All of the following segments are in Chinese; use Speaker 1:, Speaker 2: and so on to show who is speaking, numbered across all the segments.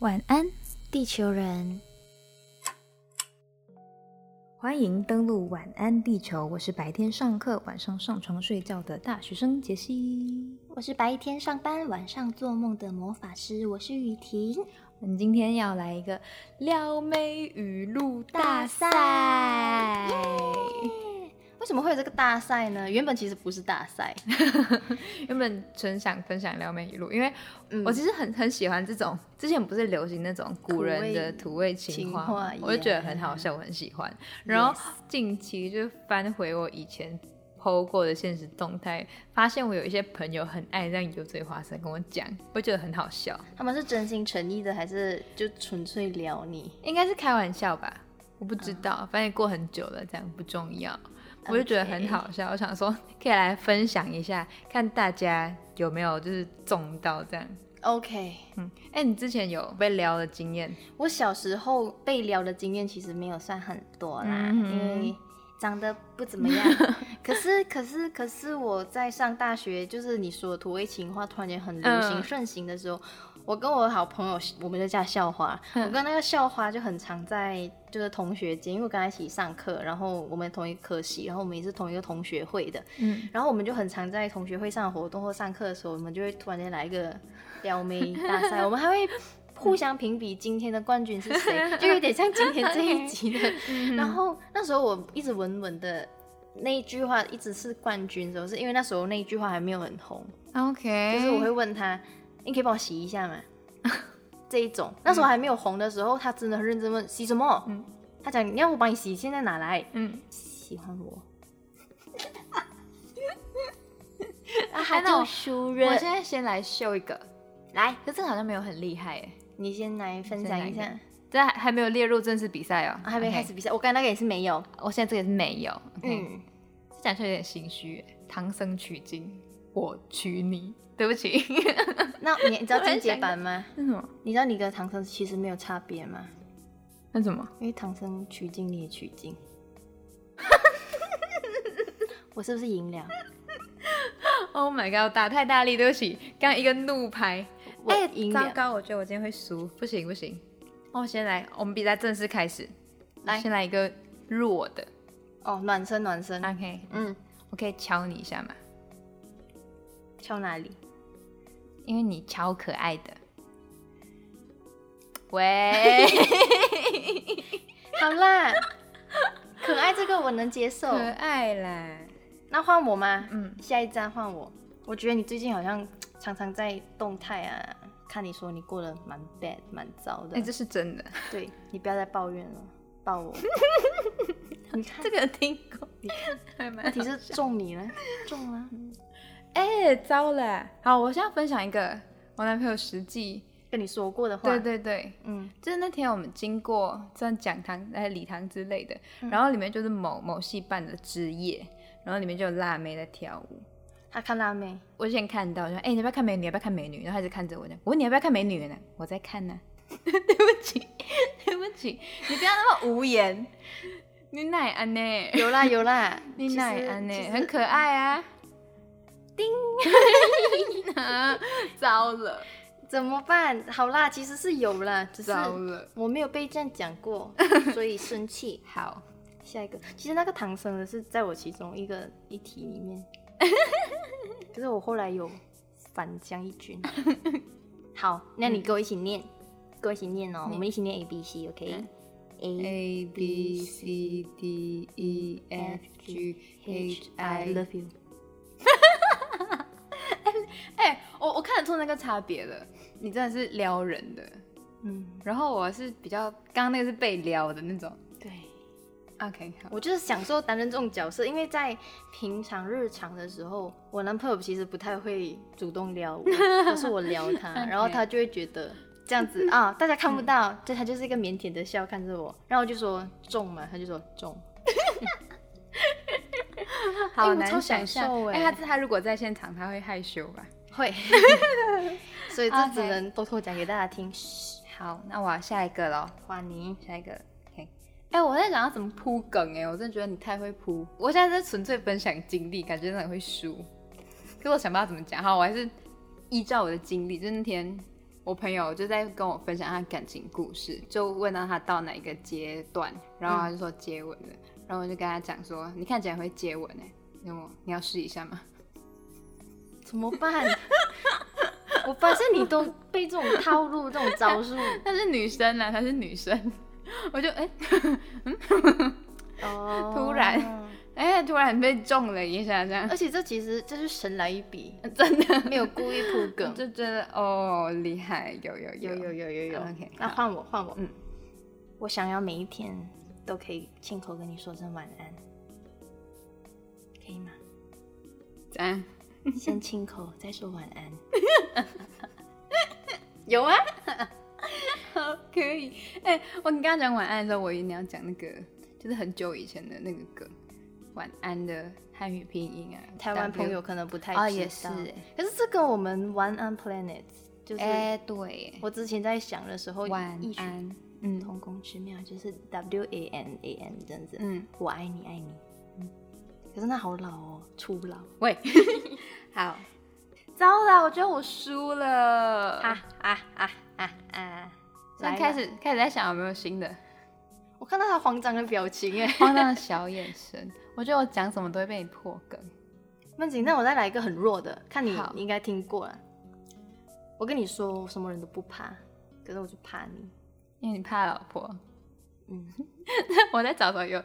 Speaker 1: 晚安，地球人！欢迎登录《晚安地球》，我是白天上课、晚上上床睡觉的大学生杰西。
Speaker 2: 我是白天上班、晚上做梦的魔法师，我是雨婷。
Speaker 1: 我们今天要来一个撩妹语录大赛。
Speaker 2: 为什么会有这个大赛呢？原本其实不是大赛，
Speaker 1: 原本纯想分享撩妹语录，因为
Speaker 2: 嗯
Speaker 1: 我其实很很喜欢这种，之前不是流行那种古人的
Speaker 2: 土
Speaker 1: 土味情话
Speaker 2: 情
Speaker 1: 吗
Speaker 2: 话，
Speaker 1: 我就觉得很
Speaker 2: yeah
Speaker 1: 好笑，我很喜欢。然后近期就翻回我以前 PO 过的现实动态，发现我有一些朋友很爱让油嘴滑舌跟我讲，我觉得很好笑，
Speaker 2: 他们是真心诚意的，还是就纯粹撩你？
Speaker 1: 应该是开玩笑吧，我不知道，反正过很久了，这样不重要。我就觉得很好笑，我想说可以来分享一下，看大家有没有就是中到这样。
Speaker 2: OK，
Speaker 1: 嗯，哎、你之前有被撩的经验？
Speaker 2: 我小时候被撩的经验其实没有算很多啦，
Speaker 1: 嗯
Speaker 2: 因为长得不怎么样。 可是可是可是我在上大学，就是你说的土味情话突然间很流行
Speaker 1: 嗯
Speaker 2: 盛行的时候，我跟我好朋友，我们就叫校花，我跟那个校花就很常在就是同学间，因为我跟她一起上课，然后我们同一科系，然后我们也是同一个同学会的，
Speaker 1: 嗯，
Speaker 2: 然后我们就很常在同学会上的活动或上课的时候，我们就会突然间来一个撩妹大赛，我们还会互相评比今天的冠军是谁，就有点像今天这一集的。嗯然后那时候我一直稳稳的那一句话一直是冠军的时候，是因为那时候那一句话还没有很红，
Speaker 1: OK，
Speaker 2: 就是我会问他，你可以帮我洗一下吗？ 这一种，那时候还没有红的时候，他真的很认真问洗什么，
Speaker 1: 嗯
Speaker 2: 他讲你要我帮你洗，现在哪来？
Speaker 1: 嗯，
Speaker 2: 喜欢 我。啊，他
Speaker 1: 那我
Speaker 2: 就输
Speaker 1: 我
Speaker 2: 了
Speaker 1: 现。在先来秀一个，
Speaker 2: 来，
Speaker 1: 可是好像没有很厉害哎，
Speaker 2: 你先来分享
Speaker 1: 先来
Speaker 2: 一下
Speaker 1: 一。这还还没有列入正式比赛哦、
Speaker 2: 啊还没
Speaker 1: OK
Speaker 2: 开始，比赛，我刚才那个也是没有。
Speaker 1: 我现在这个是没有。嗯，
Speaker 2: 嗯，
Speaker 1: 这讲出来有点心虚耶，唐僧取经，我取你，对不起。
Speaker 2: 那你你知道
Speaker 1: 我很
Speaker 2: 进阶版吗？
Speaker 1: 那什么？
Speaker 2: 你知道你跟唐僧其实没有差别吗？
Speaker 1: 那什么？
Speaker 2: 因为唐僧取经，你也取经。 我是不是赢了？
Speaker 1: 哎 Oh my god！我打太大力，对不起，刚刚一个怒拍。
Speaker 2: 我赢
Speaker 1: 哎糟
Speaker 2: 了。
Speaker 1: 糕，我觉得我今天会输，不行不行。那我先来，我们比赛正式开始，
Speaker 2: 来
Speaker 1: 先来一个弱的。
Speaker 2: 哦，暖身暖身。
Speaker 1: OK，
Speaker 2: 嗯，
Speaker 1: 我可以敲你一下吗？
Speaker 2: 敲哪里？
Speaker 1: 因为你超可爱的。喂，
Speaker 2: 好啦，可爱这个我能接受
Speaker 1: 可。爱啦。
Speaker 2: 那换我吗？
Speaker 1: 嗯，
Speaker 2: 下一站换我。我觉得你最近好像常常在动态啊，看你说你过得蛮 bad 蛮糟的。
Speaker 1: 哎、这是真的，
Speaker 2: 对你不要再抱怨了，抱我。你看
Speaker 1: 这，个有听过，
Speaker 2: 你看，
Speaker 1: 还蛮
Speaker 2: 问
Speaker 1: 好
Speaker 2: 题是中你了，中了，
Speaker 1: 哎、糟了。好，我现在分享一个我男朋友实际，
Speaker 2: 跟你说过的话。
Speaker 1: 对，对对，
Speaker 2: 嗯
Speaker 1: 就是那天我们经过这样讲堂、哎礼堂之类的，然后里面就是某某戏办的之夜，然后里面就有辣妹在跳舞。
Speaker 2: 他看辣妹，
Speaker 1: 我先看到，就说：“哎、你要不要看美女？你要不要看美女？”然后他就看着我讲：“我问你要不要看美女呢？我在看呢、 对不起，对不起，你不要那么无言。你奶安呢？
Speaker 2: 有啦有啦，
Speaker 1: 你
Speaker 2: 其
Speaker 1: 奶
Speaker 2: 实
Speaker 1: 安
Speaker 2: 其
Speaker 1: 呢？
Speaker 2: 实
Speaker 1: 很可爱啊！叮， 啊糟了，
Speaker 2: 怎么办？好啦，其实是有啦，只是
Speaker 1: 糟了。
Speaker 2: 我没有被这样讲 过，所以生气。
Speaker 1: 好，
Speaker 2: 下一个，其实那个唐僧的是在我其中一个一题里 面，可是我后来有反将一 军。好，那你跟我一起念，跟我一起嗯念哦，我们一起念 A B C，OK？A、
Speaker 1: A B C D E F G H I
Speaker 2: I love you。
Speaker 1: 哎、我我看得出那个差别了，你真的是撩人的。
Speaker 2: 嗯，
Speaker 1: 然后我是比较，刚刚那个是被撩的那种。
Speaker 2: 对，
Speaker 1: OK，好，
Speaker 2: 我就是享受担任这种角色，因为在平常日常的时候，我男朋友其实不太会主动撩我，都是我撩 他，然后他就会觉得这样子啊，大家看
Speaker 1: 嗯
Speaker 2: 不到，对他就是一个腼腆的笑看着我，然后我就说中嘛，他就说 中。 哎
Speaker 1: 好
Speaker 2: 我
Speaker 1: 难
Speaker 2: 超
Speaker 1: 哎想
Speaker 2: 享
Speaker 1: 象。
Speaker 2: 受
Speaker 1: 哎、他
Speaker 2: 哎
Speaker 1: 他如果在现场，他会害羞吧？
Speaker 2: 会，所以这
Speaker 1: OK
Speaker 2: 只能偷偷讲给大家听。嘘
Speaker 1: 好，那我要下一个喽，
Speaker 2: 花泥，
Speaker 1: 下一个。OK，哎、我在想要怎么铺梗哎、我真的觉得你太会铺。我现在是纯粹分享经历，感觉真的很会输。可是我想不到怎么讲，好，我还是依照我的经历，就是那天我朋友就在跟我分享他感情故事，就问到他到哪一个阶段，然后他就说接吻了，然后我就跟他讲说，你看起来会接吻哎、那我你要试一下吗？
Speaker 2: 怎么办？ 我发现你都被这种套路、这种招数，
Speaker 3: 她是女生啊，她是女 生，我就哎、
Speaker 2: 哦
Speaker 3: 突然哎、突然被中了一下，这 样
Speaker 2: 而且这其实这是神来一笔，
Speaker 3: 真的
Speaker 2: 没有故意铺 梗。
Speaker 3: 就觉得哦厉害，有有
Speaker 2: 有有有有有
Speaker 1: OK，
Speaker 2: 那换我换我，
Speaker 1: 嗯，
Speaker 2: 我想要每一天都可以亲口跟你说声晚安，可 以吗？
Speaker 1: 这样
Speaker 2: 先亲口再说晚安。
Speaker 1: 有啊，可以。哎、我你刚刚讲晚安的时候，我一定要讲那个，就是很久以前的那个梗，晚安的汉语拼音啊，
Speaker 2: 台湾
Speaker 1: W
Speaker 2: 朋友可能不太知道，
Speaker 1: 啊也是哎、
Speaker 2: 可是这个我们晚安 planet 就是
Speaker 1: 哎对耶，
Speaker 2: 我之前在想的时候，
Speaker 1: 晚
Speaker 2: 异曲
Speaker 1: 安，嗯
Speaker 2: 同工之妙，就是 W A N A N 这样子。
Speaker 1: 嗯，
Speaker 2: 我爱你，爱你。嗯可是那好老哦，初老。
Speaker 1: 喂，好，
Speaker 3: 糟了，我觉得我输了。
Speaker 2: 啊啊啊啊啊！
Speaker 1: 所以
Speaker 2: 来
Speaker 1: 开
Speaker 2: 吧，
Speaker 1: 始开始在想有没有新 的
Speaker 2: 我看到他慌张的表情哎。
Speaker 1: 荒诞的小眼神，我觉得我讲什么都会被你破梗。
Speaker 2: 曼景， 那我再来一个很弱的，看你
Speaker 1: 好
Speaker 2: 你应该听过了。我跟你说，我什么人都不怕，可是我就怕你。
Speaker 1: 因为你怕老婆，
Speaker 2: 嗯，
Speaker 1: 我在找的时候有，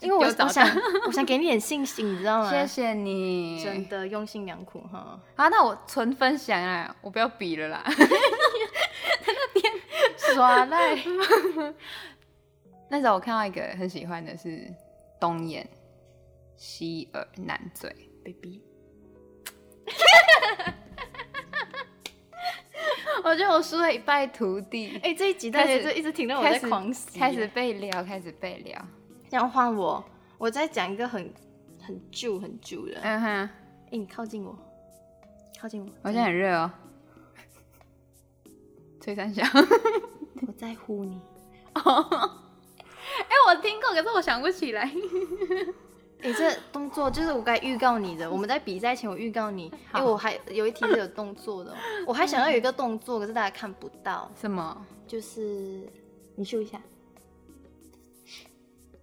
Speaker 2: 因为我
Speaker 1: 有找到
Speaker 2: 我想我想给你点信心，你知道吗？
Speaker 1: 谢谢你，
Speaker 2: 嗯真的用心良苦哈。
Speaker 1: 好，那我纯分享啊，我不要比了啦。
Speaker 2: 耍赖，
Speaker 1: 那时候我看到一个很喜欢的是东眼西耳南嘴，
Speaker 2: baby。
Speaker 1: 我觉得我输了一败涂地，
Speaker 2: 哎、这一集大
Speaker 1: 开
Speaker 2: 家
Speaker 1: 始
Speaker 2: 就一直听到我
Speaker 1: 开
Speaker 2: 在
Speaker 1: 始
Speaker 2: 狂喜，啊
Speaker 1: 开始被聊，开始被聊。
Speaker 2: 这样换我，我再讲一个很很旧很旧的。哎、
Speaker 1: 嗯哼，
Speaker 2: 你靠近我，靠近我，
Speaker 1: 我现在很热哦。崔三小， 哎、
Speaker 2: 我在乎你。
Speaker 1: 我听过，可是我想不起来。
Speaker 2: 哎、这动作就是我该预告你的。我们在比赛前我预告你，因为我还有一题是有动作的哦，我还想要有一个动作，可是大家看不到，
Speaker 1: 什么？
Speaker 2: 就是你秀一下，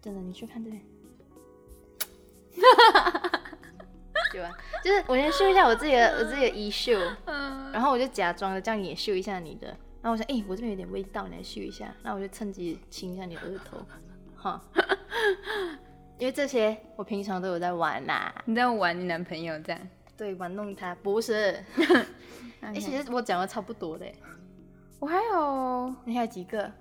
Speaker 2: 真的，你去看这边。 对吧？就是我先秀一下我自己的我自己的衣袖，
Speaker 1: 嗯，
Speaker 2: 然后我就假装的叫你也嗅一下你的，然后我想，哎、我这边有点味道，你来嗅一下，那我就趁机亲一下你的额头，哈， 因为这些我平常都有在玩啦、
Speaker 1: 你在玩你男朋友这样？
Speaker 2: 对，玩弄他不是，
Speaker 1: 嗯
Speaker 2: 哎、
Speaker 1: OK
Speaker 2: 其实我讲的差不多嘞，
Speaker 1: 我还有
Speaker 2: 你还有几 个？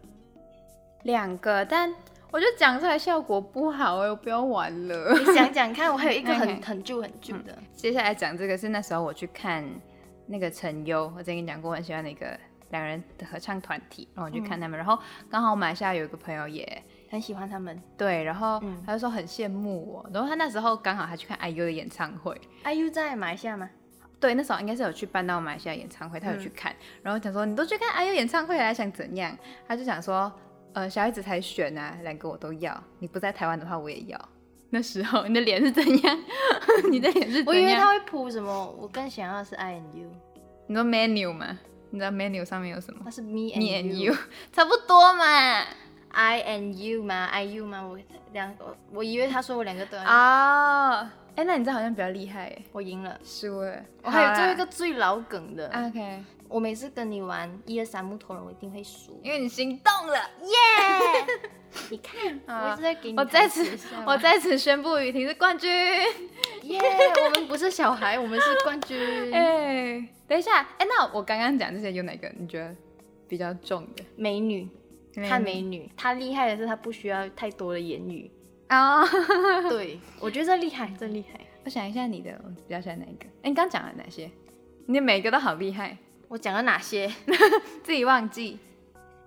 Speaker 1: 两个，但我觉得讲出来效果不好哎、我不要玩了。
Speaker 2: 你想讲看，我还有一个很
Speaker 1: OK
Speaker 2: 很旧很旧的，
Speaker 1: 接下来讲这个是那时候我去看那个陈优，我之前跟你讲过，我很喜欢的一个两人的合唱团体，然后我去看他们，然后刚好马来西亚有一个朋友也
Speaker 2: 很喜欢他们。
Speaker 1: 对，然后
Speaker 2: 嗯
Speaker 1: 他就说很羡慕我，然后他那时候刚好他去看 IU 的演唱会，
Speaker 2: IU 在马来西亚吗？
Speaker 1: 对，那时候应该是有去办到马来西亚演唱会，他有去看，然后讲说你都去看 IU 演唱会了，还想怎样？他就想说，呃，小孩子才选啊，两个我都要，你不在台湾的话我也要。那时候你的脸是怎样？ 你的脸是怎样？
Speaker 2: 我以为他会铺什么，我更想要的是 I and U，
Speaker 1: 你说 menu 吗？你知道 menu 上面有什么
Speaker 2: 那是 Me
Speaker 1: ？Me
Speaker 2: and
Speaker 1: and you，差不多嘛。
Speaker 2: I and you 吗？IU 吗？我两我我以为他说我两个
Speaker 1: 嗯
Speaker 2: 都要，
Speaker 1: 哦，哎，那你这好像比较厉害耶，
Speaker 2: 我赢了。
Speaker 1: 输了。
Speaker 2: 我还有
Speaker 1: 好啦啊
Speaker 2: 最后一个最老梗的，
Speaker 1: OK，
Speaker 2: 我每次跟你玩一二三木头人，我一定会输。
Speaker 1: 因为你心动了。
Speaker 2: 你看，
Speaker 1: 啊
Speaker 2: 我一直在给你
Speaker 1: 我
Speaker 2: 台
Speaker 1: 再次
Speaker 2: 阶 下嘛，
Speaker 1: 我再次宣布雨婷是冠军。
Speaker 2: 耶我们不是小孩，我们是冠军。
Speaker 1: 哎，等一下，哎，那我刚刚讲这些有哪个你觉得比较重的？
Speaker 2: 美女，看美女，她厉害的是她不需要太多的言语。
Speaker 1: 啊？
Speaker 2: 对，我觉得这厉害，这厉害。
Speaker 1: 我想一下你的，我比较喜欢哪一个？哎，你刚讲了哪些？你的每个都好厉害，
Speaker 2: 我讲了哪些？
Speaker 1: 自己忘记。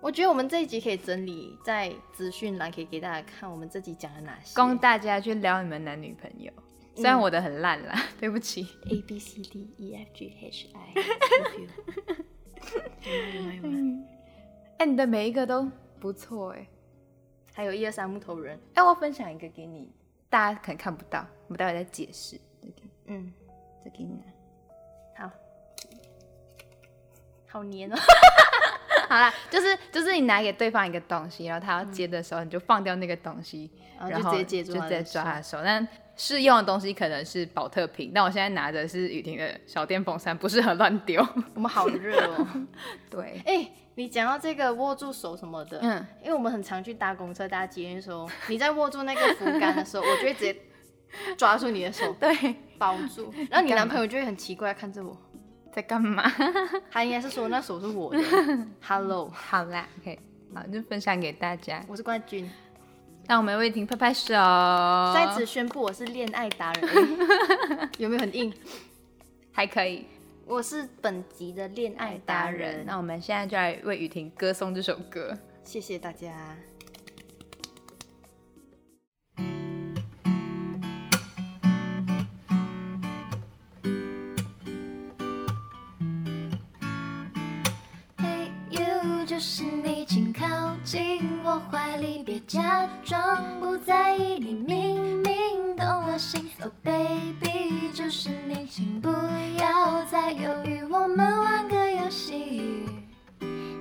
Speaker 2: 我觉得我们这一集可以整理在资讯栏，可以给大家看我们这集讲了哪些。
Speaker 1: 供大家去聊你们男女朋友。虽然
Speaker 2: 嗯
Speaker 1: 我的很烂啦， 对不起。
Speaker 2: A B C D E F G H I Q Q。有吗有吗有吗
Speaker 1: 哎、你的每一个都不错哎、
Speaker 2: 还有一二三木头人，
Speaker 1: 哎、我分享一个给你，大家可能看不到，我们待会再解释。这个
Speaker 2: 嗯，
Speaker 1: 这给你拿，
Speaker 2: 好，好黏哦。
Speaker 1: 好啦，就是就是你拿给对方一个东西，然后他要接的时候，你就放掉那个东西，
Speaker 2: 然
Speaker 1: 然
Speaker 2: 后
Speaker 1: 后
Speaker 2: 就直接接住
Speaker 1: 就
Speaker 2: 他
Speaker 1: 直
Speaker 2: 的
Speaker 1: 接抓他
Speaker 2: 手。
Speaker 1: 的手。但试用的东西可能是保特瓶，但我现在拿的是雨婷的小电风扇，不适合乱丢。
Speaker 2: 我们好热 哦。
Speaker 1: 对，
Speaker 2: 哎、你讲到这个握住手什么的，
Speaker 1: 嗯，
Speaker 2: 因为我们很常去搭公车、搭捷运的时候，你在握住那个扶杆的时候，我就会直接抓住你的 手
Speaker 1: 对，
Speaker 2: 包住，然后
Speaker 1: 干
Speaker 2: 你
Speaker 1: 嘛
Speaker 2: 男朋友就会很奇怪地看着我，
Speaker 1: 在干嘛？
Speaker 2: 他应该是说那手是我 的。Hello，
Speaker 1: 好啦，OK，好，就分享给大家，
Speaker 2: 我是冠军，
Speaker 1: 让我们为婷拍拍手。
Speaker 2: 在此宣布我是恋爱达人，哎有没有很硬？
Speaker 1: 还可以，
Speaker 2: 我是本集的恋爱达
Speaker 1: 达人。
Speaker 2: 人，
Speaker 1: 那我们现在就来为雨婷歌颂这首歌。
Speaker 2: 谢谢大家。
Speaker 4: Hey you，就是你，请靠近我怀里，别假装不在意，你明明动了心。Oh baby，就是你，请不要再犹豫，我们玩个游戏，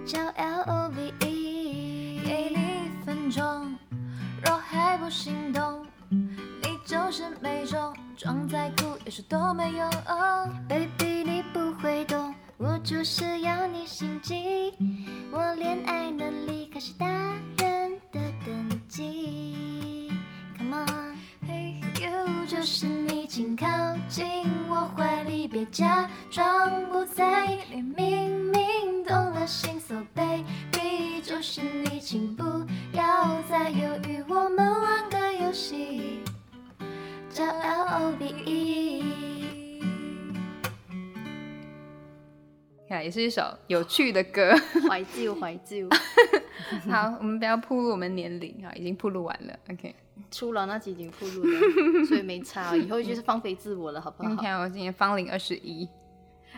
Speaker 4: 叫 L O V E，给你一分钟，若还不行动。你就是没种，装再酷有时都没用。哦 Baby，你不会懂，我就是要你心机。我恋爱能力可是大人的等级。Come on。Hey you，就是你，请靠近我怀里，别假装不在意。你明明动了心，so baby，就是你，请不要再犹豫，我们玩个游戏，叫 L O V E。
Speaker 1: 看，也是一首有趣的 歌。
Speaker 2: 怀旧，怀旧。
Speaker 1: 好，我们不要暴露我们年龄啊，已经暴露完了。OK，
Speaker 2: 出了那几经铺路 的，所以没差。以后就是放飞自我了，好不
Speaker 1: 你
Speaker 2: 好？
Speaker 1: 看我今年芳龄二十一，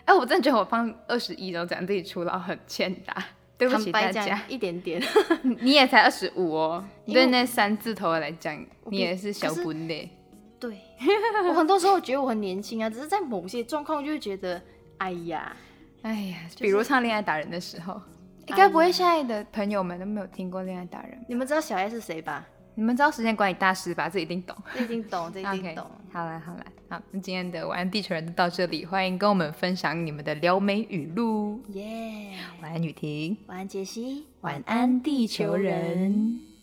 Speaker 1: 哎，我真的觉得我芳二十一都讲自己出老很欠打，对不
Speaker 2: 坦
Speaker 1: 起大
Speaker 2: 白
Speaker 1: 家。
Speaker 2: 讲，一点点。
Speaker 1: 你也才二十五哦，
Speaker 2: 因为
Speaker 1: 对那三字头来讲，你
Speaker 2: 比
Speaker 1: 也是小
Speaker 2: 可是
Speaker 1: 不累。
Speaker 2: 对，我很多时候觉得我很年轻啊，只是在某些状况就会觉得，哎呀，
Speaker 1: 哎呀，比如唱《恋爱达人》的时候，
Speaker 2: 哎
Speaker 1: 该不会现在的朋友们都没有听过《恋爱达人》吧？
Speaker 2: 你们知道小 S 是谁 吧？
Speaker 1: 你们知道时间管理大师吧？这一定懂。
Speaker 2: 这一定懂，这一
Speaker 1: OK，
Speaker 2: 定懂。
Speaker 1: 好啦好啦，好，那今天的晚安地球人就到这里，欢迎跟我们分享你们的撩妹语录。
Speaker 2: 耶、
Speaker 1: 晚安雨婷，
Speaker 2: 晚安，杰西。
Speaker 1: 晚安地球人。